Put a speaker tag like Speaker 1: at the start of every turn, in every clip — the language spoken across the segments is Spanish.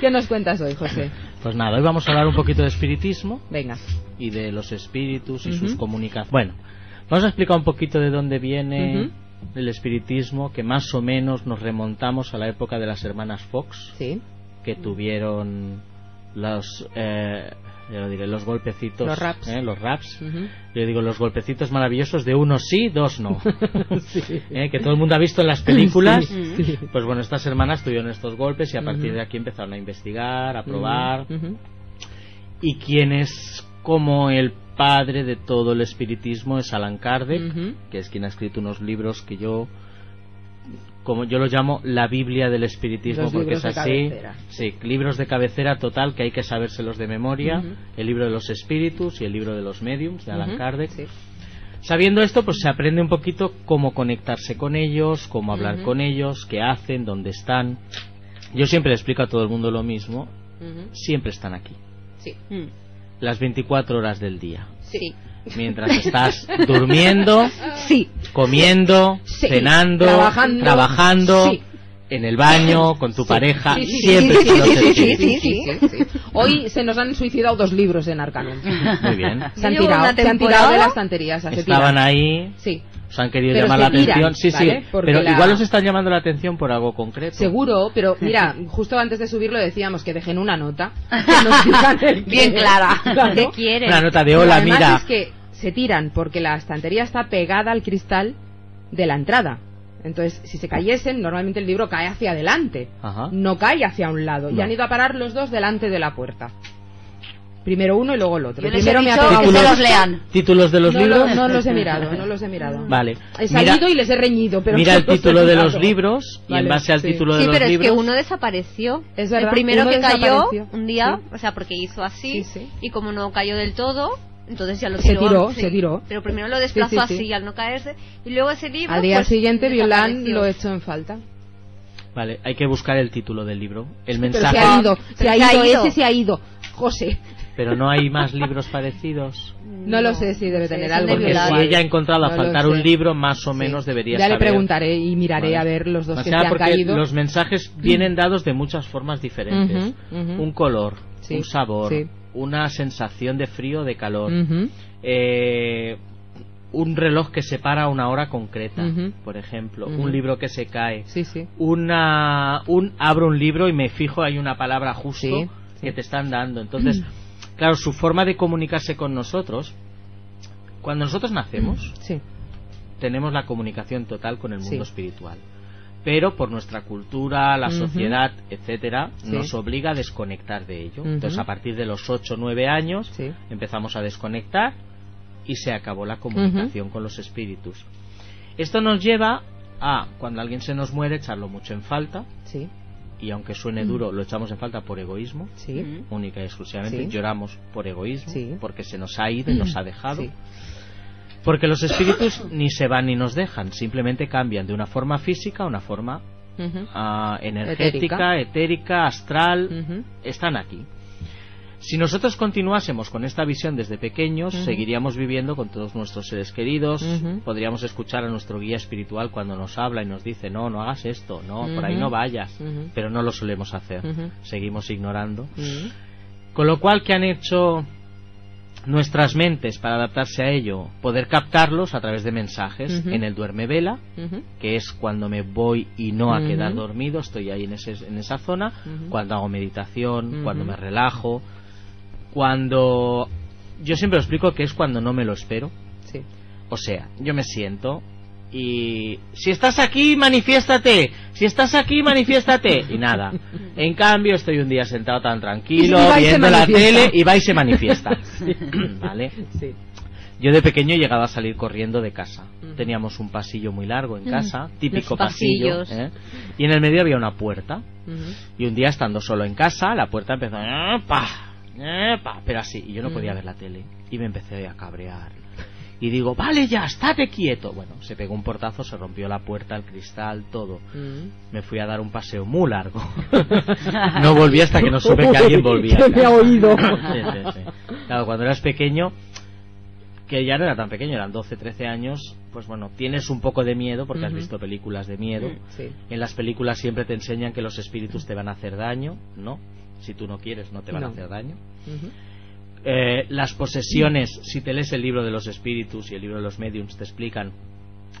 Speaker 1: ¿Qué nos cuentas hoy, José?
Speaker 2: Pues nada, hoy vamos a hablar un poquito de espiritismo
Speaker 1: Venga.
Speaker 2: y de los espíritus y sus
Speaker 1: Ujú.
Speaker 2: comunicaciones. Bueno, vamos a explicar un poquito de dónde viene
Speaker 1: Ujú.
Speaker 2: el espiritismo, que más o menos nos remontamos a la época de las hermanas Fox,
Speaker 1: Sí. Mm.
Speaker 2: que tuvieron los, eh, ya lo diré, los golpecitos,
Speaker 1: Los raps.
Speaker 2: eh, los raps.
Speaker 1: Ujú.
Speaker 2: Yo digo los golpecitos maravillosos de uno sí, dos no, Eh, que todo el mundo ha visto en las películas.
Speaker 1: Sí.
Speaker 2: Pues bueno, estas hermanas tuvieron estos golpes y a partir
Speaker 1: Ujú.
Speaker 2: de aquí empezaron a investigar, a probar,
Speaker 1: Ujú.
Speaker 2: y quien es como el padre de todo el espiritismo es Alan Kardec,
Speaker 1: Ujú.
Speaker 2: que es quien ha escrito unos libros que yo como yo lo llamo la Biblia del espiritismo
Speaker 1: Los
Speaker 2: porque es
Speaker 1: libros de
Speaker 2: así,
Speaker 1: cabecera.
Speaker 2: sí, libros de cabecera total que hay que sabérselos de memoria,
Speaker 1: Ujú.
Speaker 2: el libro de los espíritus y el libro de los mediums de Alan
Speaker 1: Ujú.
Speaker 2: Kardec.
Speaker 1: Sí.
Speaker 2: Sabiendo esto, pues se aprende un poquito cómo conectarse con ellos, cómo hablar
Speaker 1: Ujú.
Speaker 2: con ellos, qué hacen, dónde están. Yo siempre le explico a todo el mundo lo mismo,
Speaker 1: Ujú.
Speaker 2: siempre están aquí
Speaker 1: Sí.
Speaker 2: las 24 horas del día.
Speaker 1: Sí.
Speaker 2: Mientras estás durmiendo,
Speaker 1: Sí.
Speaker 2: comiendo,
Speaker 1: Sí.
Speaker 2: cenando,
Speaker 1: Trabajando.
Speaker 2: trabajando,
Speaker 1: Sí.
Speaker 2: en el baño, con tu pareja,
Speaker 1: Sí, sí,
Speaker 2: siempre
Speaker 1: sí, sí,
Speaker 2: son los
Speaker 1: sí, sí, sí,
Speaker 2: espíritus.
Speaker 1: sí, sí, sí. Hoy se nos han suicidado dos libros en Arcanum.
Speaker 2: Muy bien.
Speaker 1: Se han
Speaker 3: Llevo
Speaker 1: tirado,
Speaker 3: una
Speaker 1: se han
Speaker 3: temporada.
Speaker 1: tirado de las estanterías. se
Speaker 2: Estaban
Speaker 1: tiran.
Speaker 2: ahí,
Speaker 1: Sí.
Speaker 2: os han querido
Speaker 1: Pero
Speaker 2: llamar
Speaker 1: se
Speaker 2: la
Speaker 1: tiran,
Speaker 2: atención. Sí, sí,
Speaker 1: ¿vale? Porque
Speaker 2: pero
Speaker 1: la-
Speaker 2: igual os están llamando la atención por algo concreto.
Speaker 1: Seguro, pero mira, justo antes de subirlo decíamos que dejen una nota. que nos digan el
Speaker 3: Bien
Speaker 1: qué.
Speaker 3: clara.
Speaker 1: Claro.
Speaker 3: ¿Qué quieres?
Speaker 2: Una nota de
Speaker 1: Pero
Speaker 2: hola,
Speaker 1: además
Speaker 2: mira.
Speaker 1: es que se tiran porque la estantería está pegada al cristal de la entrada. Entonces, si se cayesen, normalmente el libro cae hacia adelante.
Speaker 2: Ajá.
Speaker 1: No cae hacia un lado. Y
Speaker 2: No.
Speaker 1: han ido a parar los dos delante de la puerta. Primero uno y luego el otro.
Speaker 3: Yo les he
Speaker 1: Primero me ha
Speaker 3: dicho que
Speaker 1: pegado-
Speaker 3: se los lean.
Speaker 2: ¿Títulos de los
Speaker 1: no,
Speaker 2: libros?
Speaker 1: lo- no los he mirado, no los he mirado.
Speaker 2: Vale.
Speaker 1: He
Speaker 2: Mira,
Speaker 1: salido y les he reñido, pero
Speaker 2: mira
Speaker 1: no
Speaker 2: el
Speaker 1: los he
Speaker 2: título de
Speaker 1: mirado.
Speaker 2: los libros y en
Speaker 1: Vale,
Speaker 2: base al
Speaker 1: sí.
Speaker 2: título de
Speaker 3: Sí,
Speaker 2: los
Speaker 3: pero es
Speaker 2: libros.
Speaker 3: que uno desapareció.
Speaker 1: Es verdad,
Speaker 3: el primero
Speaker 1: uno
Speaker 3: que cayó
Speaker 1: desapareció.
Speaker 3: un día,
Speaker 1: Sí.
Speaker 3: o sea, porque hizo
Speaker 1: Sí,
Speaker 3: así,
Speaker 1: sí.
Speaker 3: y como no cayó del todo, entonces ya lo
Speaker 1: Se
Speaker 3: tiró.
Speaker 1: tiró,
Speaker 3: sí.
Speaker 1: se tiró.
Speaker 3: Pero primero lo desplazó
Speaker 1: Sí, sí, sí.
Speaker 3: así al no caerse, y luego ese libro.
Speaker 1: Al día
Speaker 3: pues,
Speaker 1: siguiente, Violan
Speaker 3: desapareció.
Speaker 1: lo he hecho en falta.
Speaker 2: Vale, hay que buscar el título del libro,
Speaker 1: Pero
Speaker 2: el mensaje.
Speaker 1: se ha ido, se
Speaker 3: Pero
Speaker 1: ha ido, ese se ha ido. José.
Speaker 2: Pero no hay más libros parecidos.
Speaker 1: No lo sé si debe
Speaker 3: sé,
Speaker 1: tener
Speaker 3: son
Speaker 1: algo
Speaker 3: de
Speaker 1: que
Speaker 2: Porque
Speaker 3: Violan.
Speaker 1: ver.
Speaker 2: si ella ha encontrado a
Speaker 1: No lo
Speaker 2: faltar
Speaker 1: sé.
Speaker 2: un libro, más o
Speaker 1: Sí.
Speaker 2: menos debería
Speaker 1: Ya
Speaker 2: saber.
Speaker 1: le preguntaré y miraré
Speaker 2: Vale.
Speaker 1: a ver los dos
Speaker 2: Más
Speaker 1: que
Speaker 2: que
Speaker 1: se
Speaker 2: nada
Speaker 1: han
Speaker 2: porque
Speaker 1: caído. Mm.
Speaker 2: los mensajes vienen dados de muchas formas diferentes.
Speaker 1: Ujú, ujú.
Speaker 2: Un color,
Speaker 1: Sí,
Speaker 2: un sabor,
Speaker 1: sí. Mm.
Speaker 2: una sensación de frío o de calor,
Speaker 1: Ujú.
Speaker 2: eh, un reloj que se para a una hora concreta,
Speaker 1: Ujú.
Speaker 2: por ejemplo,
Speaker 1: Ujú.
Speaker 2: un libro que se cae,
Speaker 1: Sí, sí.
Speaker 2: una un abro un libro y me fijo hay una palabra justo
Speaker 1: Sí, Mm.
Speaker 2: que te están dando entonces claro su forma de comunicarse con nosotros cuando nosotros nacemos
Speaker 1: Sí.
Speaker 2: tenemos la comunicación total con el mundo
Speaker 1: Sí.
Speaker 2: espiritual pero por nuestra cultura la
Speaker 1: Ujú.
Speaker 2: sociedad etcétera
Speaker 1: Sí.
Speaker 2: nos obliga a desconectar de ello
Speaker 1: Ujú.
Speaker 2: entonces a partir de los 8 9 años
Speaker 1: Sí.
Speaker 2: empezamos a desconectar y se acabó la comunicación con los espíritus esto nos lleva a cuando alguien se nos muere echarlo mucho en falta
Speaker 1: Sí.
Speaker 2: y aunque suene duro, lo echamos en falta por egoísmo,
Speaker 1: Mm. Sí.
Speaker 3: Mm.
Speaker 2: única y exclusivamente.
Speaker 1: Sí.
Speaker 2: Lloramos por egoísmo,
Speaker 1: Sí. Mm.
Speaker 2: porque se nos ha ido y nos ha dejado.
Speaker 1: Sí.
Speaker 2: Porque los espíritus ni se van ni nos dejan, simplemente cambian de una forma física a una forma
Speaker 1: Ujú.
Speaker 2: ah, energética, etérica, astral,
Speaker 1: Ujú.
Speaker 2: están aquí. Si nosotros continuásemos con esta visión desde pequeños,
Speaker 1: Ujú.
Speaker 2: seguiríamos viviendo con todos nuestros seres queridos,
Speaker 1: Ujú.
Speaker 2: podríamos escuchar a nuestro guía espiritual cuando nos habla y nos dice, no, no hagas esto, no, por ahí
Speaker 1: Ujú.
Speaker 2: no vayas,
Speaker 1: Ujú.
Speaker 2: pero no lo solemos hacer,
Speaker 1: Ujú.
Speaker 2: seguimos ignorando.
Speaker 1: Ujú.
Speaker 2: Con lo cual, ¿qué han hecho nuestras mentes para adaptarse a ello? Poder captarlos a través de mensajes
Speaker 1: Ujú.
Speaker 2: en el duerme vela,
Speaker 1: Ujú.
Speaker 2: que es cuando me voy y no a
Speaker 1: Ujú.
Speaker 2: quedar dormido, estoy ahí en, ese, en esa zona,
Speaker 1: Ujú.
Speaker 2: cuando hago meditación,
Speaker 1: Ujú.
Speaker 2: cuando me relajo, cuando... Yo siempre lo explico que es cuando no me lo espero.
Speaker 1: Sí.
Speaker 2: O sea, yo me siento Y si estás aquí, manifiéstate. Si estás aquí, manifiéstate. Y nada. En cambio, estoy un día sentado tan tranquilo,
Speaker 1: Y va y se
Speaker 2: viendo la
Speaker 1: manifiesta.
Speaker 2: tele y va y se manifiesta. ¿Vale?
Speaker 1: Sí.
Speaker 2: Yo de pequeño llegaba a salir corriendo de casa.
Speaker 1: Ujú.
Speaker 2: Teníamos un pasillo muy largo en
Speaker 3: Ujú.
Speaker 2: casa, típico
Speaker 3: Los
Speaker 2: pasillo.
Speaker 3: pasillos.
Speaker 2: ¿eh? Y en el medio había una puerta.
Speaker 1: Ujú.
Speaker 2: Y un día estando solo en casa, la puerta empezó "Eh, pa, eh, pa", pero así, y yo no podía
Speaker 1: Mm.
Speaker 2: ver la tele. Y me empecé a cabrear. Y digo, vale ya, estate quieto. Bueno, se pegó un portazo, se rompió la puerta, el cristal, todo.
Speaker 1: Mm.
Speaker 2: Me fui a dar un paseo muy largo. no volví hasta que no supe que alguien volvía.
Speaker 1: Que me ha oído.
Speaker 2: Sí, sí, sí. Claro, cuando eras pequeño, que ya no era tan pequeño, eran 12, 13 años, pues bueno, tienes un poco de miedo porque has
Speaker 1: Ujú.
Speaker 2: visto películas de miedo.
Speaker 1: Sí.
Speaker 2: En las películas siempre te enseñan que los espíritus te van a hacer daño, ¿no? Si tú no quieres, no te van a
Speaker 1: No.
Speaker 2: hacer daño.
Speaker 1: Ujú.
Speaker 2: Eh, las posesiones, si te lees el libro de los espíritus y el libro de los mediums, te explican,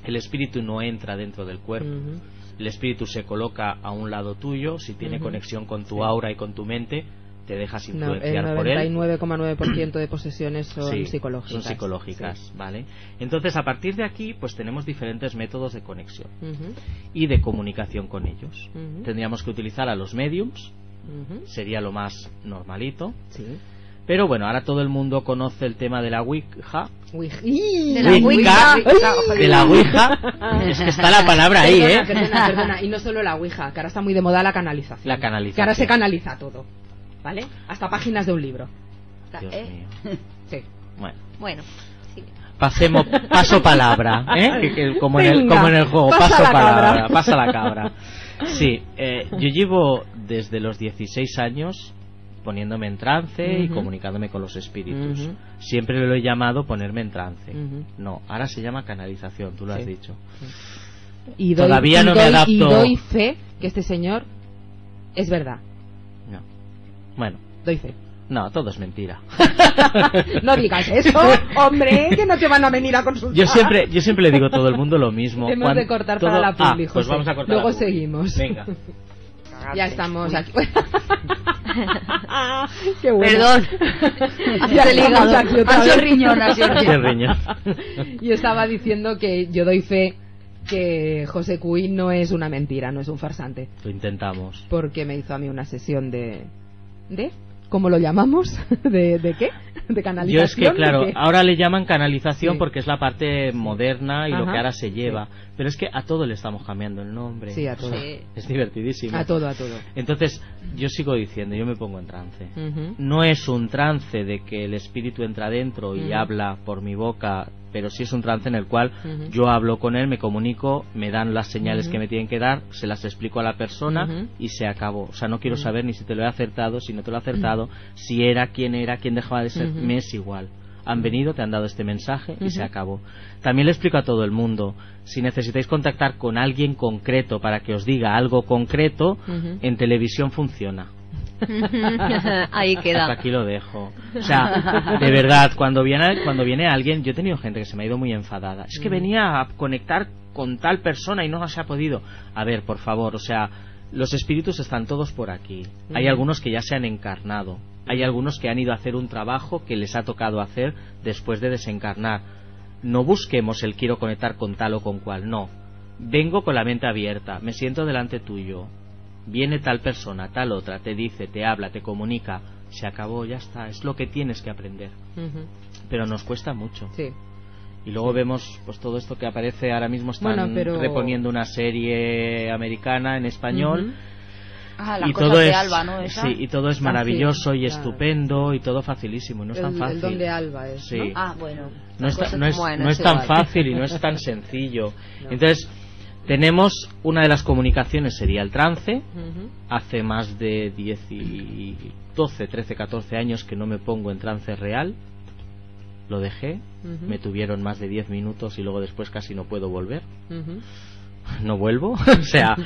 Speaker 2: el espíritu no entra dentro del cuerpo,
Speaker 1: Ujú.
Speaker 2: el espíritu se coloca a un lado tuyo, si tiene
Speaker 1: Ujú.
Speaker 2: conexión con tu
Speaker 1: Sí.
Speaker 2: aura y con tu mente, te dejas
Speaker 1: No, el
Speaker 2: influenciar por él.
Speaker 1: 99,9% de posesiones son
Speaker 2: Sí,
Speaker 1: psicológicas.
Speaker 2: Son psicológicas, ¿vale? Entonces, a partir de aquí, pues tenemos diferentes métodos de conexión
Speaker 1: Sí. Ujú,
Speaker 2: y de comunicación con ellos.
Speaker 1: Ujú.
Speaker 2: Tendríamos que utilizar a los mediums,
Speaker 1: ujú.
Speaker 2: sería lo más normalito.
Speaker 1: Sí.
Speaker 2: Pero bueno, ahora todo el mundo conoce el tema de la Ouija.
Speaker 1: Ouija.
Speaker 3: De la Ouija.
Speaker 1: Ouija.
Speaker 2: De la Ouija. Es que está la palabra ahí,
Speaker 1: Perdona,
Speaker 2: ¿eh?
Speaker 1: perdona, perdona. Y no solo la Ouija, que ahora está muy de moda la canalización.
Speaker 2: La canalización.
Speaker 1: Que ahora se canaliza todo. ¿Vale? Hasta páginas de un libro.
Speaker 2: Dios
Speaker 3: Eh,
Speaker 2: mío.
Speaker 1: Sí.
Speaker 2: Bueno,
Speaker 3: Bueno, sí.
Speaker 2: pasemos, paso palabra, ¿eh? Que- que como, en el,
Speaker 1: Venga,
Speaker 2: como en el juego,
Speaker 1: pasa
Speaker 2: paso
Speaker 1: la
Speaker 2: palabra,
Speaker 1: cabra.
Speaker 2: pasa la cabra. Sí, eh, yo llevo desde los 16 años poniéndome en trance y
Speaker 1: Ujú.
Speaker 2: comunicándome con los espíritus.
Speaker 1: Ujú.
Speaker 2: Siempre lo he llamado ponerme en trance.
Speaker 1: Ujú.
Speaker 2: No, ahora se llama canalización, tú lo has
Speaker 1: Sí.
Speaker 2: dicho.
Speaker 1: Y doy-
Speaker 2: Todavía
Speaker 1: y
Speaker 2: no me
Speaker 1: doy-
Speaker 2: adapto.
Speaker 1: Y doy fe que este señor es verdad.
Speaker 2: No. Bueno,
Speaker 1: Doy fe.
Speaker 2: no, todo es mentira.
Speaker 1: No digas eso, hombre, que no te van a venir a consultar.
Speaker 2: Yo siempre, yo siempre le digo a todo el mundo lo mismo.
Speaker 1: Hemos
Speaker 2: Cuan-
Speaker 1: de cortar
Speaker 2: todo-
Speaker 1: para la
Speaker 2: Ah,
Speaker 1: publi,
Speaker 2: pues
Speaker 1: José.
Speaker 2: vamos a cortar.
Speaker 1: Luego
Speaker 2: la publi.
Speaker 1: seguimos.
Speaker 2: Venga.
Speaker 1: Ya estamos aquí. Qué bueno.
Speaker 3: Perdón.
Speaker 1: Ya
Speaker 3: Has
Speaker 1: estamos
Speaker 3: ligado.
Speaker 1: aquí otra
Speaker 3: Ha sido el
Speaker 1: vez.
Speaker 3: riñón, ha sido el
Speaker 2: Qué riñón.
Speaker 1: Yo estaba diciendo que yo doy fe que José Cuy no es una mentira, no es un farsante,
Speaker 2: Lo intentamos.
Speaker 1: porque me hizo a mí una sesión de de ¿cómo lo llamamos? ¿De, de qué? ¿De
Speaker 2: Yo
Speaker 1: canalización?
Speaker 2: es que, claro, ah,
Speaker 1: ¿De qué?
Speaker 2: ahora le llaman canalización
Speaker 1: Sí.
Speaker 2: porque es la parte moderna y lo
Speaker 1: Ajá.
Speaker 2: que ahora se lleva. Pero es que a todo le estamos cambiando el nombre.
Speaker 1: Sí, a todo.
Speaker 3: Sí.
Speaker 2: Es divertidísimo.
Speaker 1: A todo, a todo.
Speaker 2: Entonces, yo sigo diciendo, yo me pongo en trance.
Speaker 1: Ujú.
Speaker 2: no es un trance de que el espíritu entra dentro y
Speaker 1: Ujú.
Speaker 2: habla por mi boca, pero sí es un trance en el cual
Speaker 1: Ujú.
Speaker 2: yo hablo con él, me comunico, me dan las señales
Speaker 1: Ujú.
Speaker 2: que me tienen que dar, se las explico a la persona
Speaker 1: Ujú.
Speaker 2: y se acabó. O sea, no quiero
Speaker 1: Ujú.
Speaker 2: saber ni si te lo he acertado, si no te lo he acertado, si era, quién era, quién dejaba de ser,
Speaker 1: Ujú.
Speaker 2: me es igual. Han venido, te han dado este mensaje y se
Speaker 1: Ujú.
Speaker 2: acabó. También le explico a todo el mundo, si necesitáis contactar con alguien concreto para que os diga algo concreto,
Speaker 1: Ujú.
Speaker 2: en televisión funciona.
Speaker 3: Ahí
Speaker 2: Hasta
Speaker 3: queda.
Speaker 2: aquí lo dejo. O sea, de verdad, cuando viene, cuando viene alguien, yo he tenido gente que se me ha ido muy enfadada. Es que
Speaker 1: Mm.
Speaker 2: venía a conectar con tal persona y no se ha podido. A ver, por favor, o sea, los espíritus están todos por aquí. Hay
Speaker 1: Mm.
Speaker 2: algunos que ya se han encarnado. Hay algunos que han ido a hacer un trabajo que les ha tocado hacer después de desencarnar. No busquemos el quiero conectar con tal o con cual, no. Vengo con la mente abierta, me siento delante tuyo, Viene tal persona, tal otra, te dice, te habla, te comunica, se acabó, ya está, es lo que tienes que aprender.
Speaker 1: Ujú.
Speaker 2: Pero nos cuesta mucho.
Speaker 1: Sí.
Speaker 2: Y luego vemos pues todo esto que aparece ahora mismo están
Speaker 1: Bueno, pero-
Speaker 2: reponiendo una serie americana en español
Speaker 1: Ujú.
Speaker 4: Ah, las
Speaker 2: y
Speaker 4: cosas
Speaker 2: todo
Speaker 4: de
Speaker 2: es
Speaker 4: Alba, ¿no? Esa.
Speaker 2: sí, y todo es
Speaker 1: Ah,
Speaker 2: maravilloso
Speaker 1: sí,
Speaker 2: y
Speaker 1: claro.
Speaker 2: estupendo y todo facilísimo, y no es
Speaker 1: El-
Speaker 2: tan fácil.
Speaker 1: El don de Alba es,
Speaker 2: Sí.
Speaker 1: ¿no?
Speaker 4: Ah, bueno.
Speaker 2: no es,
Speaker 4: Las
Speaker 2: ta-
Speaker 4: cosas-
Speaker 2: no es-
Speaker 4: bueno,
Speaker 2: no
Speaker 4: es
Speaker 2: es tan
Speaker 4: igual.
Speaker 2: fácil y no es tan sencillo.
Speaker 1: No.
Speaker 2: Entonces, tenemos una de las comunicaciones sería el trance,
Speaker 1: Ujú.
Speaker 2: hace más de 10 y 12, 13, 14 años que no me pongo en trance real. Lo dejé,
Speaker 1: Ujú.
Speaker 2: me tuvieron más de 10 minutos y luego después casi no puedo volver.
Speaker 1: Ujú.
Speaker 2: No vuelvo, o sea,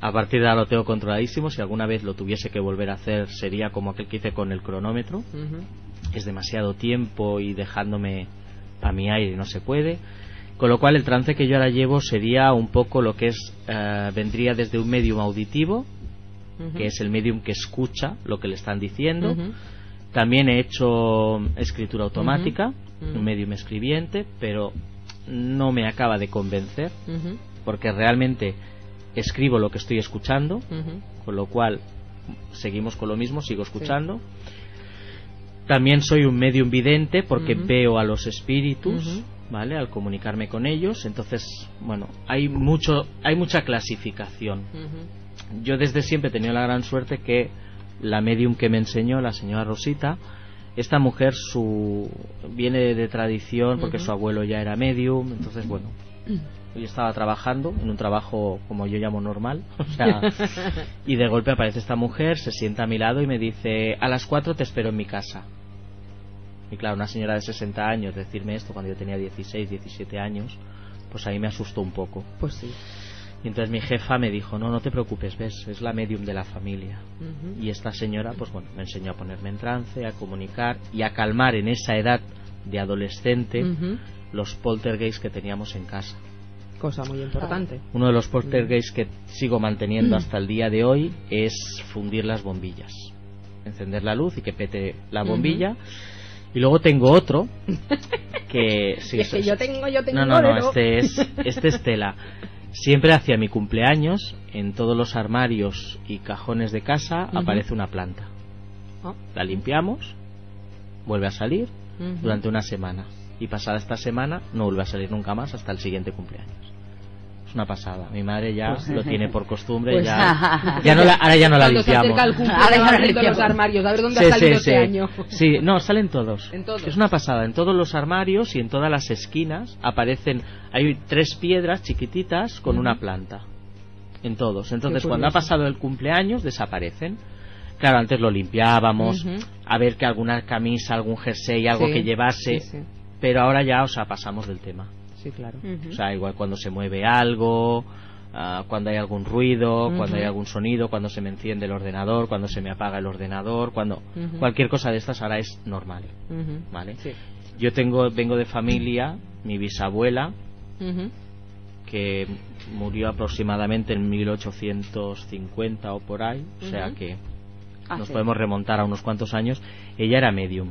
Speaker 2: a partir de ahora lo tengo controladísimo. Si alguna vez lo tuviese que volver a hacer, sería como aquel que hice con el cronómetro.
Speaker 1: Ujú.
Speaker 2: Es demasiado tiempo y dejándome a mi aire no se puede. Con lo cual, el trance que yo ahora llevo sería un poco lo que es, eh, vendría desde un medium auditivo,
Speaker 1: Ujú.
Speaker 2: que es el medium que escucha lo que le están diciendo.
Speaker 1: Ujú.
Speaker 2: También he hecho mm, escritura automática,
Speaker 1: Ujú.
Speaker 2: un medium escribiente, pero no me acaba de convencer,
Speaker 1: Ujú,
Speaker 2: porque realmente escribo lo que estoy escuchando,
Speaker 1: ujú.
Speaker 2: con lo cual seguimos con lo mismo, sigo escuchando. También soy un medium vidente porque
Speaker 1: Ujú.
Speaker 2: veo a los espíritus,
Speaker 1: Ujú.
Speaker 2: ¿vale? Al comunicarme con ellos, entonces, bueno, hay mucho hay mucha clasificación.
Speaker 1: Ujú.
Speaker 2: Yo desde siempre he tenido la gran suerte que la medium que me enseñó, la señora Rosita, esta mujer su viene de, de tradición porque
Speaker 1: Ujú.
Speaker 2: su abuelo ya era medium, entonces bueno, yo estaba trabajando en un trabajo como yo llamo normal, o sea, y de golpe aparece esta mujer, se sienta a mi lado y me dice, a las 4 te espero en mi casa. Y claro, una señora de 60 años decirme esto cuando yo tenía 16, 17 años, pues a mí me asustó un poco.
Speaker 1: Pues sí.
Speaker 2: Y entonces mi jefa me dijo, no, no te preocupes, ves, es la medium de la familia.
Speaker 1: Ujú.
Speaker 2: Y esta señora, pues bueno, me enseñó a ponerme en trance, a comunicar y a calmar en esa edad de adolescente
Speaker 1: Ujú.
Speaker 2: los poltergeists que teníamos en casa.
Speaker 1: Cosa muy importante.
Speaker 2: Uno de los poltergeists que sigo manteniendo hasta el día de hoy es fundir las bombillas. Encender la luz y que pete la
Speaker 1: Ujú.
Speaker 2: bombilla. Y luego tengo otro que... sí,
Speaker 1: es que
Speaker 2: es-
Speaker 1: yo tengo, yo tengo.
Speaker 2: no, no, no,
Speaker 1: pero-
Speaker 2: este es, este es tela. Siempre hacia mi cumpleaños, en todos los armarios y cajones de casa,
Speaker 1: Ujú.
Speaker 2: aparece una planta.
Speaker 1: Ah.
Speaker 2: La limpiamos, vuelve a salir
Speaker 1: Ujú.
Speaker 2: durante una semana. Y pasada esta semana, no vuelve a salir nunca más hasta el siguiente cumpleaños. Es una pasada. Mi madre ya lo tiene por costumbre,
Speaker 1: Pues-
Speaker 2: ya, ya no la, ahora ya no la
Speaker 1: Cuando se
Speaker 2: limpiamos.
Speaker 1: acerca el cumpleaños,
Speaker 3: Ahora ya la
Speaker 1: abriendo los
Speaker 3: limpiamos.
Speaker 1: armarios, a ver dónde
Speaker 2: Sí,
Speaker 1: ha salido este
Speaker 2: sí, sí.
Speaker 1: año.
Speaker 2: Sí, no, salen todos.
Speaker 1: En todos.
Speaker 2: Es una pasada. En todos los armarios y en todas las esquinas aparecen. Hay tres piedras chiquititas con
Speaker 1: Ujú.
Speaker 2: una planta. En todos. Entonces,
Speaker 1: Qué
Speaker 2: cuando ha
Speaker 1: curioso.
Speaker 2: pasado el cumpleaños, desaparecen. Claro, antes lo limpiábamos,
Speaker 1: Ujú.
Speaker 2: a ver que alguna camisa, algún jersey, algo
Speaker 1: Sí,
Speaker 2: que
Speaker 1: Sí,
Speaker 2: llevase.
Speaker 1: sí.
Speaker 2: Pero ahora ya, o sea, pasamos del tema.
Speaker 1: Sí, claro.
Speaker 3: Ujú.
Speaker 2: O sea, igual cuando se mueve algo, ah, cuando hay algún ruido,
Speaker 1: Ujú.
Speaker 2: cuando hay algún sonido, cuando se me enciende el ordenador, cuando se me apaga el ordenador, cuando
Speaker 1: Ujú.
Speaker 2: cualquier cosa de estas ahora es normal,
Speaker 1: Ujú.
Speaker 2: ¿vale?
Speaker 1: Sí.
Speaker 2: Yo tengo vengo de familia, mi bisabuela
Speaker 1: Ujú.
Speaker 2: que murió aproximadamente en 1850 o por ahí, o sea
Speaker 1: Ujú.
Speaker 2: que
Speaker 3: Ah,
Speaker 2: nos
Speaker 3: sí.
Speaker 2: podemos remontar a unos cuantos años. Ella era medium.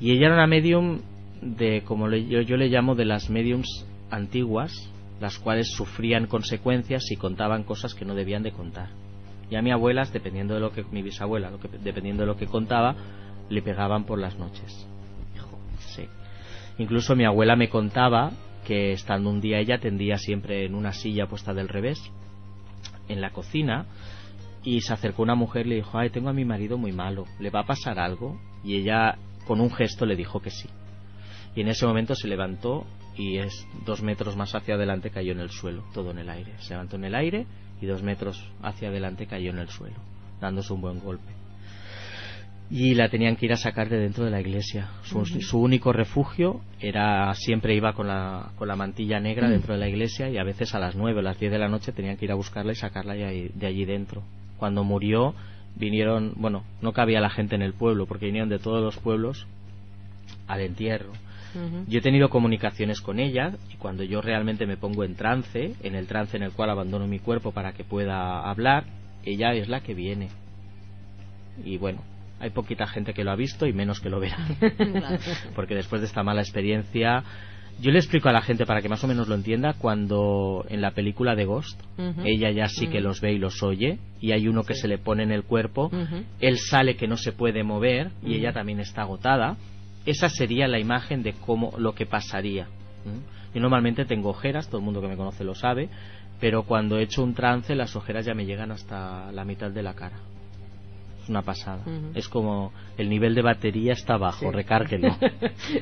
Speaker 2: Y ella era una medium de, como le- yo, yo le llamo, de las mediums antiguas, las cuales sufrían consecuencias y contaban cosas que no debían de contar. Y a mi abuela, dependiendo de lo que, mi bisabuela, lo que, dependiendo de lo que contaba, le pegaban por las noches. Sí. Incluso mi abuela me contaba que estando un día ella tendía siempre en una silla puesta del revés, en la cocina, y se acercó una mujer y le dijo, ay, tengo a mi marido muy malo, ¿le va a pasar algo? Y ella con un gesto le dijo que sí. Y en ese momento se levantó y es dos metros más hacia adelante cayó en el suelo, todo en el aire. Se levantó en el aire y dos metros hacia adelante cayó en el suelo, dándose un buen golpe. Y la tenían que ir a sacar de dentro de la iglesia. Su, su único refugio era siempre iba con la, con la mantilla negra dentro de la iglesia y a veces a las nueve o las 10 de la noche tenían que ir a buscarla y sacarla de ahí- de allí dentro. Cuando murió vinieron, bueno, no cabía la gente en el pueblo porque vinieron de todos los pueblos al entierro.
Speaker 1: Ujú.
Speaker 2: Yo he tenido comunicaciones con ella y cuando yo realmente me pongo en trance, en el trance en el cual abandono mi cuerpo para que pueda hablar, ella es la que viene. Y bueno, hay poquita gente que lo ha visto y menos que lo verá.
Speaker 3: Claro.
Speaker 2: Porque después de esta mala experiencia, yo le explico a la gente para que más o menos lo entienda cuando en la película de Ghost,
Speaker 1: Ujú.
Speaker 2: ella ya sí que
Speaker 1: Ujú.
Speaker 2: los ve y los oye y hay uno que
Speaker 1: Sí.
Speaker 2: se le pone en el cuerpo
Speaker 1: Ujú.
Speaker 2: él sale que no se puede mover y
Speaker 1: Ujú.
Speaker 2: ella también está agotada. Esa sería la imagen de cómo lo que pasaría. ¿Mm? Yo normalmente tengo ojeras, todo el mundo que me conoce lo sabe, pero cuando he hecho un trance las ojeras ya me llegan hasta la mitad de la cara. Es una pasada.
Speaker 1: Ujú.
Speaker 2: Es como el nivel de batería está
Speaker 1: Sí.
Speaker 2: bajo, recárguelo.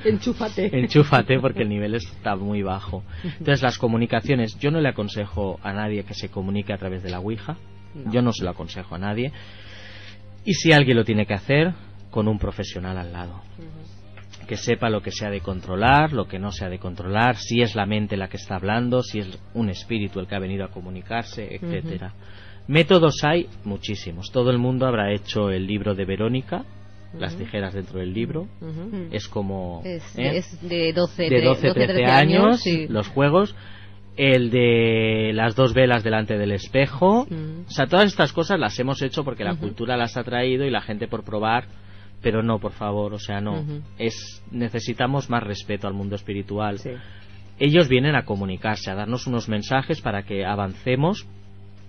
Speaker 1: Enchúfate.
Speaker 2: Enchúfate porque el nivel está muy bajo. Entonces las comunicaciones, yo no le aconsejo a nadie que se comunique a través de la Ouija.
Speaker 1: No.
Speaker 2: Yo no se lo aconsejo a nadie. Y si alguien lo tiene que hacer, con un profesional al lado. Que sepa lo que se ha de controlar, lo que no se ha de controlar, si es la mente la que está hablando, si es un espíritu el que ha venido a comunicarse, etcétera. Métodos hay muchísimos. Todo el mundo habrá hecho el libro de Verónica, las
Speaker 1: Ujú.
Speaker 2: tijeras dentro del libro.
Speaker 1: Ujú.
Speaker 3: Ujú.
Speaker 2: Es como...
Speaker 3: Es,
Speaker 2: ¿eh?
Speaker 3: es de 12,
Speaker 2: de
Speaker 3: tre-
Speaker 2: 12, 13 años,
Speaker 3: sí.
Speaker 2: los juegos, el de las dos velas delante del espejo.
Speaker 1: Mm.
Speaker 2: O sea, todas estas cosas las hemos hecho porque la
Speaker 1: Ujú.
Speaker 2: cultura las ha traído y la gente por probar pero no, por favor, o sea, no.
Speaker 1: Ujú.
Speaker 2: es, necesitamos más respeto al mundo espiritual.
Speaker 1: Sí.
Speaker 2: Ellos vienen a comunicarse, a darnos unos mensajes para que avancemos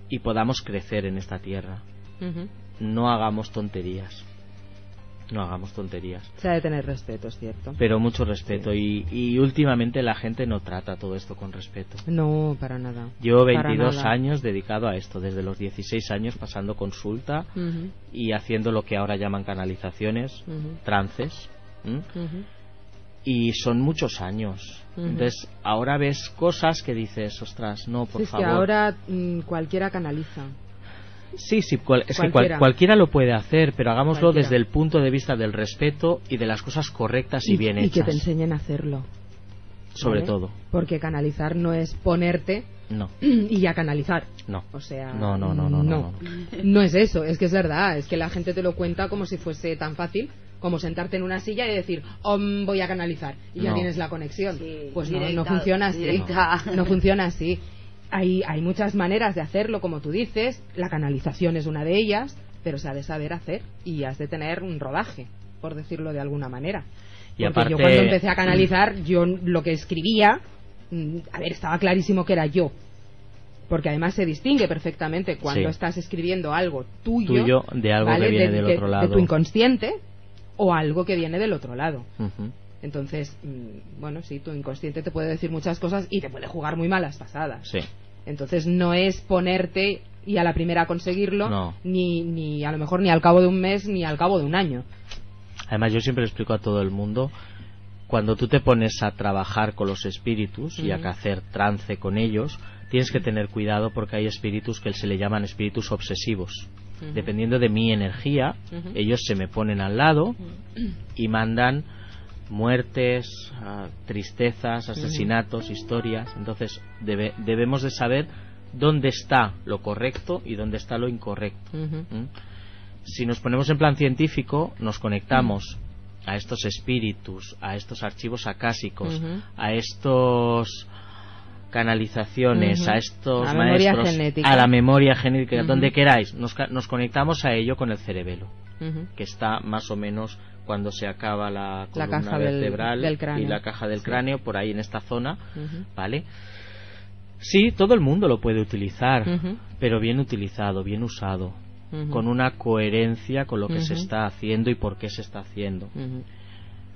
Speaker 2: y podamos crecer en esta tierra.
Speaker 1: Ujú.
Speaker 2: No hagamos tonterías. No hagamos tonterías.
Speaker 1: Se ha de tener respeto, es cierto.
Speaker 2: Pero mucho respeto y, y últimamente la gente no trata todo esto con respeto.
Speaker 1: No, para nada.
Speaker 2: Llevo
Speaker 1: Para
Speaker 2: 22
Speaker 1: nada.
Speaker 2: años dedicado a esto, desde los 16 años pasando consulta
Speaker 1: Ujú,
Speaker 2: y haciendo lo que ahora llaman canalizaciones,
Speaker 1: ujú,
Speaker 2: trances. ¿m?
Speaker 1: ujú.
Speaker 2: y son muchos años.
Speaker 1: Ujú.
Speaker 2: Entonces, ahora ves cosas que dices, ostras, no, por
Speaker 1: Sí, es que
Speaker 2: favor.
Speaker 1: ahora mm, cualquiera canaliza.
Speaker 2: Sí, sí, cual- es que cual-
Speaker 1: Cualquiera.
Speaker 2: cualquiera. lo puede hacer, pero hagámoslo
Speaker 1: Cualquiera.
Speaker 2: desde el punto de vista del respeto y de las cosas correctas y, bien
Speaker 1: y que
Speaker 2: hechas.
Speaker 1: te enseñen a hacerlo.
Speaker 2: sobre
Speaker 1: ¿vale?
Speaker 2: todo.
Speaker 1: Porque canalizar no es ponerte
Speaker 2: No,
Speaker 1: y ya canalizar.
Speaker 2: no.
Speaker 1: O sea,
Speaker 2: No, no, no, no, no,
Speaker 1: no. No es eso, es que es verdad, es que la gente te lo cuenta como si fuese tan fácil como sentarte en una silla y decir, "Om, voy a canalizar y ya
Speaker 2: No.
Speaker 1: tienes la conexión.
Speaker 4: Sí,
Speaker 1: pues no, no
Speaker 4: directa,
Speaker 1: funciona así.
Speaker 4: directa.
Speaker 1: No funciona así. Hay, hay muchas maneras de hacerlo, como tú dices, la canalización es una de ellas, pero se ha de saber hacer y has de tener un rodaje, por decirlo de alguna manera.
Speaker 2: Y
Speaker 1: Porque
Speaker 2: aparte-
Speaker 1: yo cuando empecé a canalizar, yo lo que escribía, mm, a ver, estaba clarísimo que era yo, porque además se distingue perfectamente cuando
Speaker 2: Sí.
Speaker 1: estás escribiendo algo tuyo,
Speaker 2: Tuyo, de algo
Speaker 1: ¿vale?
Speaker 2: que viene del otro lado.
Speaker 1: de tu inconsciente o algo que viene del otro lado.
Speaker 2: Ujú.
Speaker 1: Entonces, mm, bueno, sí, tu inconsciente te puede decir muchas cosas y te puede jugar muy malas pasadas.
Speaker 2: Sí.
Speaker 1: Entonces no es ponerte y a la primera conseguirlo,
Speaker 2: No.
Speaker 1: ni, ni a lo mejor ni al cabo de un mes ni al cabo de un año.
Speaker 2: Además, yo siempre explico a todo el mundo, cuando tú te pones a trabajar con los espíritus y
Speaker 1: Ujú.
Speaker 2: a hacer trance con ellos, tienes que tener cuidado porque hay espíritus que se le llaman espíritus obsesivos.
Speaker 1: Ujú.
Speaker 2: Dependiendo de mi energía,
Speaker 1: Ujú.
Speaker 2: ellos se me ponen al lado y mandan muertes, ah, tristezas, asesinatos, historias. Entonces, debe- debemos de saber dónde está lo correcto y dónde está lo incorrecto.
Speaker 1: Ujú.
Speaker 2: ¿Mm? Si nos ponemos en plan científico, nos conectamos a estos espíritus, a estos archivos acásicos,
Speaker 1: Ujú.
Speaker 2: a estos canalizaciones,
Speaker 1: Ujú.
Speaker 2: a estos
Speaker 1: A la memoria
Speaker 2: maestros,
Speaker 1: genética.
Speaker 2: a la memoria genética,
Speaker 1: Ujú.
Speaker 2: donde queráis, nos, ca- nos conectamos a ello con el cerebelo,
Speaker 1: Ujú.
Speaker 2: que está más o menos cuando se acaba la
Speaker 1: La
Speaker 2: columna
Speaker 1: caja del-
Speaker 2: vertebral
Speaker 1: del cráneo.
Speaker 2: y la caja del
Speaker 1: Sí.
Speaker 2: cráneo, por ahí en esta zona,
Speaker 1: Ujú.
Speaker 2: ¿vale? Sí, todo el mundo lo puede utilizar,
Speaker 1: Ujú.
Speaker 2: pero bien utilizado, bien usado,
Speaker 1: Ujú.
Speaker 2: con una coherencia con lo que se
Speaker 1: Ujú.
Speaker 2: está haciendo y por qué se está haciendo.
Speaker 1: Ujú.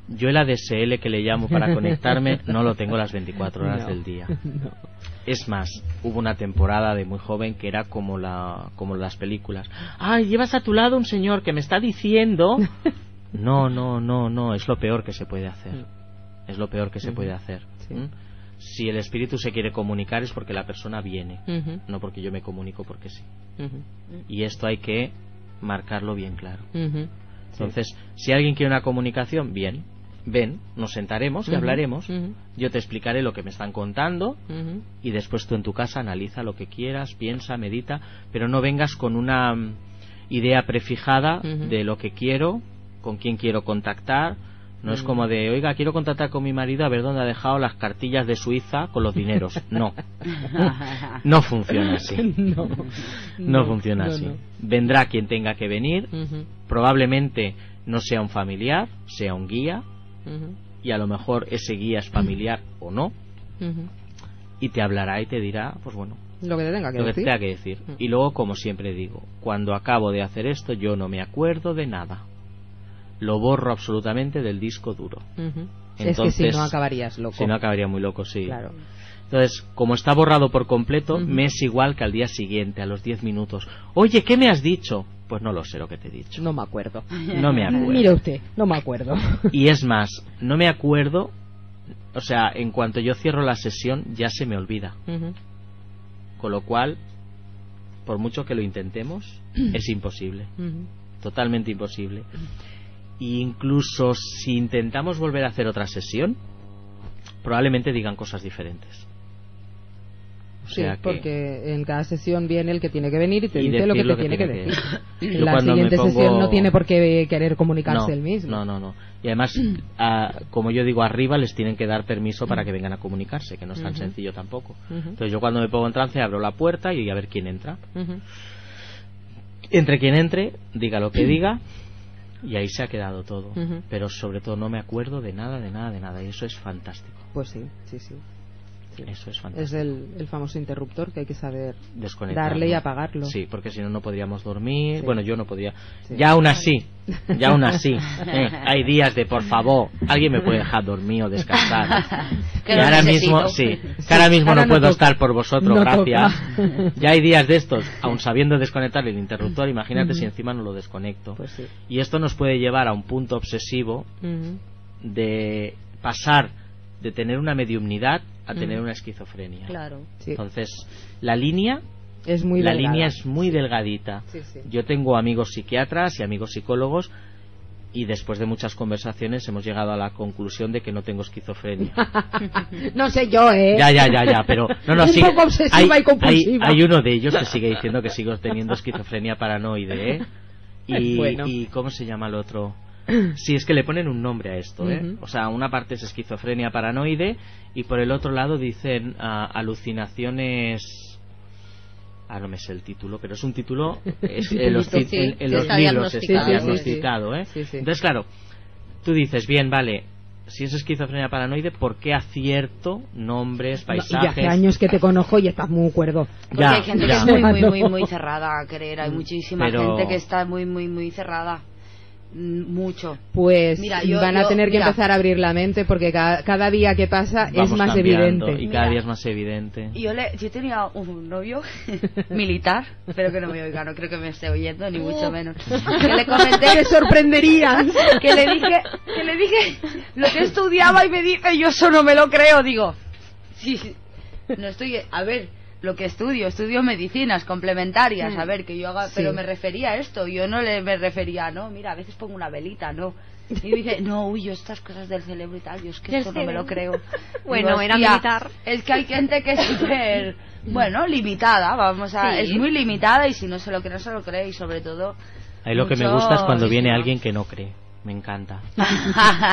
Speaker 2: Yo el ADSL que le llamo para conectarme no lo tengo las 24 horas
Speaker 1: No.
Speaker 2: del día.
Speaker 1: No.
Speaker 2: Es más, hubo una temporada de muy joven que era como la como las películas. Ay, llevas a tu lado un señor que me está diciendo. No, no, no, no, es lo peor que se puede hacer. Es lo peor que se
Speaker 1: Mm. Ujú.
Speaker 2: puede hacer.
Speaker 1: Sí.
Speaker 2: ¿Mm? Si el espíritu se quiere comunicar es porque la persona viene,
Speaker 1: Ujú.
Speaker 2: no porque yo me comunico porque sí.
Speaker 1: Ujú.
Speaker 2: Y esto hay que marcarlo bien claro.
Speaker 1: Ujú.
Speaker 2: Entonces, si alguien quiere una comunicación, bien, ven, nos sentaremos y
Speaker 1: Ujú,
Speaker 2: hablaremos.
Speaker 1: ujú.
Speaker 2: Yo te explicaré lo que me están contando
Speaker 1: Ujú.
Speaker 2: y después tú en tu casa analiza lo que quieras, piensa, medita, pero no vengas con una mm, idea prefijada
Speaker 1: Ujú.
Speaker 2: de lo que quiero, con quién quiero contactar. No
Speaker 1: Mm.
Speaker 2: es como de, oiga, quiero contactar con mi marido a ver dónde ha dejado las cartillas de Suiza con los dineros. No, no funciona así.
Speaker 1: No,
Speaker 2: No,
Speaker 1: no,
Speaker 2: funciona
Speaker 1: no,
Speaker 2: así.
Speaker 1: no.
Speaker 2: Vendrá quien tenga que venir,
Speaker 1: Ujú,
Speaker 2: probablemente no sea un familiar, sea un guía,
Speaker 1: ujú,
Speaker 2: y a lo mejor ese guía es familiar
Speaker 1: Mm.
Speaker 2: o no,
Speaker 1: ujú.
Speaker 2: y te hablará y te dirá, pues bueno,
Speaker 1: Lo que te tenga que
Speaker 2: lo que te
Speaker 1: decir. Mm.
Speaker 2: tenga que decir. Y luego, como siempre digo, cuando acabo de hacer esto, yo no me acuerdo de nada. Lo borro absolutamente del disco duro.
Speaker 1: Ujú. es que
Speaker 2: Entonces,
Speaker 1: si no acabarías loco.
Speaker 2: Si no, acabaría muy loco, sí.
Speaker 1: Claro.
Speaker 2: Entonces, como está borrado por completo,
Speaker 1: Ujú.
Speaker 2: me es igual que al día siguiente, a los 10 minutos. Oye, ¿qué me has dicho? Pues no lo sé lo que te he dicho.
Speaker 1: No me acuerdo.
Speaker 2: No me acuerdo.
Speaker 1: Mire Ah, usted, no me acuerdo.
Speaker 2: Y es más, no me acuerdo, o sea, en cuanto yo cierro la sesión ya se me olvida.
Speaker 1: Ujú.
Speaker 2: Con lo cual, por mucho que lo intentemos, es imposible,
Speaker 1: Ujú.
Speaker 2: totalmente imposible. E incluso si intentamos volver a hacer otra sesión, probablemente digan cosas diferentes. O
Speaker 1: Sí,
Speaker 2: sea que-
Speaker 1: porque en cada sesión viene el que tiene que venir y te
Speaker 2: y
Speaker 1: dice lo que
Speaker 2: decir
Speaker 1: te tiene que decir.
Speaker 2: Yo
Speaker 1: La
Speaker 2: cuando me
Speaker 1: siguiente sesión
Speaker 2: pongo-
Speaker 1: no tiene por qué querer comunicarse
Speaker 2: no,
Speaker 1: el mismo.
Speaker 2: No, no, no. Y además, a- como yo digo, arriba les tienen que dar permiso para que vengan a comunicarse, que no es tan
Speaker 1: Ujú.
Speaker 2: sencillo tampoco.
Speaker 1: Ujú.
Speaker 2: Entonces yo cuando me pongo en trance abro la puerta y a ver quién entra.
Speaker 1: Ujú.
Speaker 2: Entre quien entre, diga lo que diga, Y ahí se ha quedado todo.
Speaker 1: Ujú.
Speaker 2: Pero sobre todo no me acuerdo de nada, de nada, de nada. Y eso es fantástico.
Speaker 1: Pues sí, sí, sí. Sí.
Speaker 2: Eso es fantástico.
Speaker 1: Es el, el famoso interruptor que hay que saber
Speaker 2: Desconectar,
Speaker 1: darle
Speaker 2: ¿no?
Speaker 1: y apagarlo.
Speaker 2: Sí, porque si no, no podríamos dormir.
Speaker 1: Sí.
Speaker 2: Bueno, yo no podía.
Speaker 1: Sí.
Speaker 2: Ya aún así, ya aún así. eh, hay días de, por favor, alguien me puede dejar dormir o descansar.
Speaker 3: Que
Speaker 2: Y
Speaker 3: lo
Speaker 2: ahora
Speaker 3: necesito.
Speaker 2: mismo, sí, que ahora mismo
Speaker 1: ahora
Speaker 2: no
Speaker 1: no
Speaker 2: puedo
Speaker 1: toca.
Speaker 2: estar por vosotros,
Speaker 1: No
Speaker 2: gracias.
Speaker 1: toca.
Speaker 2: Ya hay días de estos, aún sabiendo desconectar el interruptor, imagínate si encima no lo desconecto.
Speaker 1: Pues sí.
Speaker 2: Y esto nos puede llevar a un punto obsesivo
Speaker 1: Ujú.
Speaker 2: de pasar de tener una mediumnidad a tener
Speaker 1: Mm.
Speaker 2: una esquizofrenia.
Speaker 3: Claro.
Speaker 1: Sí.
Speaker 2: Entonces, la línea,
Speaker 1: Es muy
Speaker 2: la
Speaker 1: delgada.
Speaker 2: línea es muy delgadita.
Speaker 1: Sí, sí.
Speaker 2: Yo tengo amigos psiquiatras y amigos psicólogos y después de muchas conversaciones hemos llegado a la conclusión de que no tengo esquizofrenia.
Speaker 1: No sé yo, ¿eh?
Speaker 2: Ya, ya, ya, ya, pero no, no,
Speaker 1: Un
Speaker 2: sigue-
Speaker 1: poco obsesiva
Speaker 2: hay,
Speaker 1: y compulsiva.
Speaker 2: hay- hay uno de ellos que sigue diciendo que sigo teniendo esquizofrenia paranoide, ¿eh? Y,
Speaker 1: Bueno.
Speaker 2: y ¿cómo se llama el otro? Sí, es que le ponen un nombre a esto, ¿eh?
Speaker 1: Ujú.
Speaker 2: O sea, una parte es esquizofrenia paranoide y por el otro lado dicen ah, alucinaciones... Ah, no me sé el título, pero es un título es- en los, ti-
Speaker 3: Sí,
Speaker 2: en- en los
Speaker 3: está
Speaker 2: libros está
Speaker 3: diagnosticado,
Speaker 2: diagnosticado, ¿eh?
Speaker 1: sí, sí.
Speaker 2: Entonces, claro, tú dices, bien, vale, si es esquizofrenia paranoide, ¿por qué acierto nombres,
Speaker 1: No,
Speaker 2: paisajes?
Speaker 1: Y hace años que te conozco y estás muy cuerdo.
Speaker 4: Porque
Speaker 2: Ya,
Speaker 4: hay gente
Speaker 2: ya. Mm,
Speaker 4: que es muy, muy, muy, muy cerrada a creer. Hay muchísima
Speaker 2: Pero-
Speaker 4: gente que está muy, muy, muy cerrada. Mm, Mucho.
Speaker 1: Pues
Speaker 4: Mira, yo-
Speaker 1: van a
Speaker 4: yo-
Speaker 1: tener que
Speaker 4: mira.
Speaker 1: empezar a abrir la mente porque cada, cada día que pasa
Speaker 2: Vamos
Speaker 1: es más
Speaker 2: cambiando
Speaker 1: evidente.
Speaker 2: Y cada
Speaker 4: Mira.
Speaker 2: día es más evidente.
Speaker 4: Yo, le, yo tenía un novio militar, pero que no me oiga, no creo que me esté oyendo, ni mucho menos. Que le comenté
Speaker 1: Te sorprenderías.
Speaker 4: que le dije, que le dije lo que estudiaba y me dice, yo eso no me lo creo, digo. Sí, sí, no estoy, a ver, lo que estudio, estudio medicinas complementarias, a ver, que yo haga,
Speaker 1: Sí.
Speaker 4: pero me refería a esto, yo no le me refería, no, mira, a veces pongo una velita, no. Y dice, no, uy, yo estas cosas del cerebro y tal, yo es que
Speaker 3: Del
Speaker 4: esto no me lo creo.
Speaker 3: cerebro. Bueno, era
Speaker 4: "Hostia,
Speaker 3: militar".
Speaker 4: Es que hay gente que es súper, bueno, limitada, vamos a,
Speaker 3: Sí.
Speaker 4: es muy limitada y si no se lo cree, no se lo cree y sobre todo...
Speaker 2: Ahí lo que me
Speaker 4: mucho-
Speaker 2: gusta es cuando viene
Speaker 4: sí.
Speaker 2: alguien que no cree. Me encanta.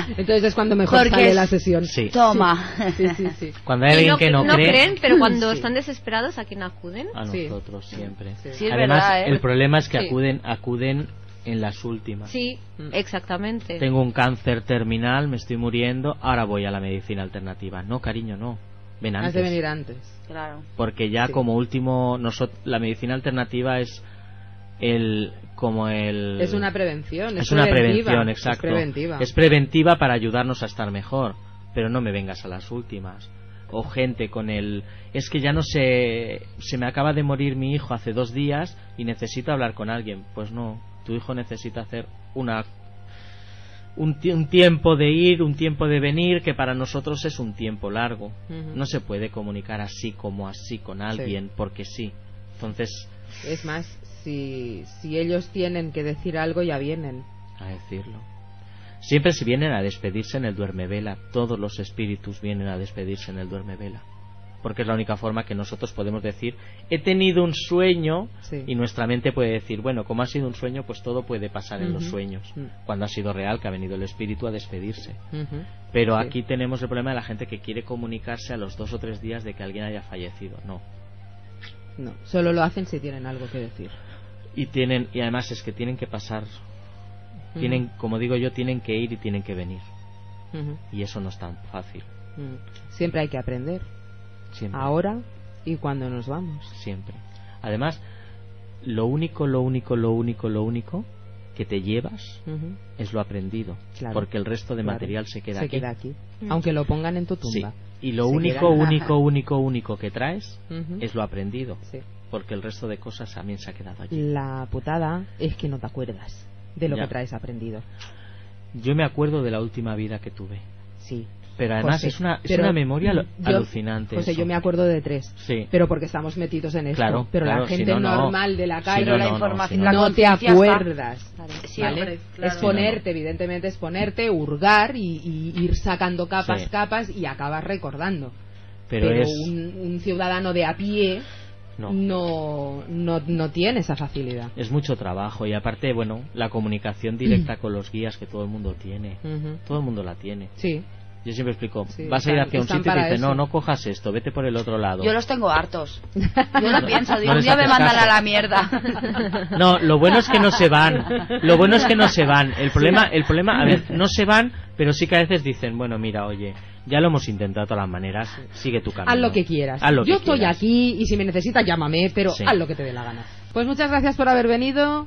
Speaker 1: Entonces es cuando mejor
Speaker 4: Porque
Speaker 1: sale
Speaker 4: es-
Speaker 1: la sesión.
Speaker 2: Sí.
Speaker 4: Toma.
Speaker 1: sí, sí. sí.
Speaker 2: Cuando hay alguien
Speaker 3: no,
Speaker 2: que no,
Speaker 3: no
Speaker 2: cree, Ah.
Speaker 3: creen, pero cuando
Speaker 1: Sí.
Speaker 3: están desesperados, ¿a quién acuden?
Speaker 2: a
Speaker 1: Sí.
Speaker 2: nosotros siempre.
Speaker 1: Sí.
Speaker 4: Sí, es
Speaker 2: Además,
Speaker 4: verdad, ¿eh?
Speaker 2: el problema es que
Speaker 3: Sí.
Speaker 2: acuden, acuden en las últimas.
Speaker 3: Sí,
Speaker 1: Mm.
Speaker 3: exactamente.
Speaker 2: Tengo un cáncer terminal, me estoy muriendo, ahora voy a la medicina alternativa. No, cariño, no. Ven
Speaker 1: Has
Speaker 2: antes.
Speaker 1: de venir antes.
Speaker 4: Claro.
Speaker 2: porque ya
Speaker 1: Sí.
Speaker 2: como último nosot- la medicina alternativa es el como el
Speaker 1: Es una prevención. Es,
Speaker 2: es una
Speaker 1: preventiva,
Speaker 2: prevención
Speaker 1: es
Speaker 2: exacto
Speaker 1: preventiva.
Speaker 2: Es preventiva para ayudarnos a estar mejor pero no me vengas a las últimas o gente con el es que ya no sé se me acaba de morir mi hijo hace dos días y necesito hablar con alguien pues no tu hijo necesita hacer una un, ti- un tiempo de ir, un tiempo de venir, que para nosotros es un tiempo largo.
Speaker 1: Ujú.
Speaker 2: No se puede comunicar así como así con alguien, porque sí. Entonces,
Speaker 1: Es más, si, si ellos tienen que decir algo, ya vienen.
Speaker 2: a decirlo. Siempre se vienen a despedirse en el duerme vela, todos los espíritus vienen a despedirse en el duerme vela. Porque es la única forma que nosotros podemos decir, he tenido un sueño,
Speaker 1: Sí.
Speaker 2: y nuestra mente puede decir, bueno, como ha sido un sueño, pues todo puede pasar en los
Speaker 1: Ujú.
Speaker 2: sueños.
Speaker 1: Mm.
Speaker 2: Cuando ha sido real, que ha venido el espíritu a despedirse.
Speaker 1: Ujú.
Speaker 2: Pero
Speaker 1: Sí.
Speaker 2: aquí tenemos el problema de la gente que quiere comunicarse a los dos o tres días de que alguien haya fallecido. No.
Speaker 1: No, solo lo hacen si tienen algo que decir.
Speaker 2: Y tienen, y además es que tienen que pasar,
Speaker 1: Ujú.
Speaker 2: tienen, como digo yo, tienen que ir y tienen que venir.
Speaker 1: Ujú.
Speaker 2: Y eso no es tan fácil.
Speaker 1: Mm. Siempre hay que aprender.
Speaker 2: Siempre.
Speaker 1: Ahora y cuando nos vamos.
Speaker 2: Siempre. Además, lo único, lo único, lo único, lo único que te llevas
Speaker 1: Ujú.
Speaker 2: es lo aprendido.
Speaker 1: Claro.
Speaker 2: Porque el resto de
Speaker 1: Claro.
Speaker 2: material se queda
Speaker 1: se
Speaker 2: aquí.
Speaker 1: queda aquí.
Speaker 3: Mm.
Speaker 1: Aunque lo pongan en tu
Speaker 2: Sí.
Speaker 1: tumba.
Speaker 2: Y lo
Speaker 1: Se
Speaker 2: único,
Speaker 1: queda.
Speaker 2: único, único, único que traes
Speaker 1: Ujú.
Speaker 2: es lo aprendido.
Speaker 1: Sí.
Speaker 2: Porque el resto de cosas también se ha quedado allí.
Speaker 1: La putada es que no te acuerdas de lo
Speaker 2: Ya.
Speaker 1: que traes aprendido.
Speaker 2: Yo me acuerdo de la la última vida que tuve.
Speaker 1: Sí.
Speaker 2: Pero además
Speaker 1: José,
Speaker 2: es una, es
Speaker 1: pero
Speaker 2: una memoria lo-
Speaker 1: yo-
Speaker 2: alucinante.
Speaker 1: José,
Speaker 2: eso.
Speaker 1: yo me acuerdo de tres.
Speaker 2: Sí.
Speaker 1: Pero porque estamos metidos en esto.
Speaker 2: Claro,
Speaker 1: pero
Speaker 2: claro,
Speaker 1: la
Speaker 2: si
Speaker 1: gente
Speaker 2: no, no.
Speaker 1: normal de la
Speaker 2: Si
Speaker 1: calle
Speaker 2: no,
Speaker 4: la
Speaker 2: no,
Speaker 4: información,
Speaker 2: si
Speaker 4: la
Speaker 1: no te
Speaker 4: conciencia está.
Speaker 1: acuerdas.
Speaker 3: Claro.
Speaker 4: Siempre,
Speaker 1: ¿vale?
Speaker 4: Ah, claro.
Speaker 1: Es ponerte, evidentemente, es ponerte, hurgar y, y ir sacando capas,
Speaker 2: Sí.
Speaker 1: capas y acabas recordando.
Speaker 2: Pero es.
Speaker 1: un, un ciudadano de a pie
Speaker 2: no.
Speaker 1: no. No, no tiene esa facilidad.
Speaker 2: Es mucho trabajo y aparte, bueno, la comunicación directa con los guías que todo el mundo tiene.
Speaker 1: Ujú.
Speaker 2: Todo el mundo la tiene.
Speaker 1: Sí,
Speaker 2: Yo siempre explico,
Speaker 1: Mm. Sí,
Speaker 2: vas a ir
Speaker 1: están-
Speaker 2: hacia un
Speaker 1: están
Speaker 2: sitio y te
Speaker 1: para
Speaker 2: dicen, no,
Speaker 1: eso.
Speaker 2: no cojas esto, vete por el otro lado.
Speaker 4: Yo los tengo hartos. Yo lo
Speaker 2: No,
Speaker 4: pienso,
Speaker 2: no
Speaker 4: digo, un
Speaker 2: les
Speaker 4: día me
Speaker 2: haces
Speaker 4: mandan
Speaker 2: caso.
Speaker 4: a la mierda.
Speaker 2: No, lo bueno es que no se van. Lo bueno es que no se van. El problema, el problema, a ver, no se van, pero sí que a veces dicen, bueno, mira, oye, ya lo hemos intentado de todas las maneras, sigue tu camino.
Speaker 1: Haz lo que quieras.
Speaker 2: Haz lo
Speaker 1: Yo
Speaker 2: que
Speaker 1: estoy
Speaker 2: quieras.
Speaker 1: aquí y si me necesitas llámame, pero
Speaker 2: Sí.
Speaker 1: haz lo que te dé la gana. Pues muchas gracias por haber venido.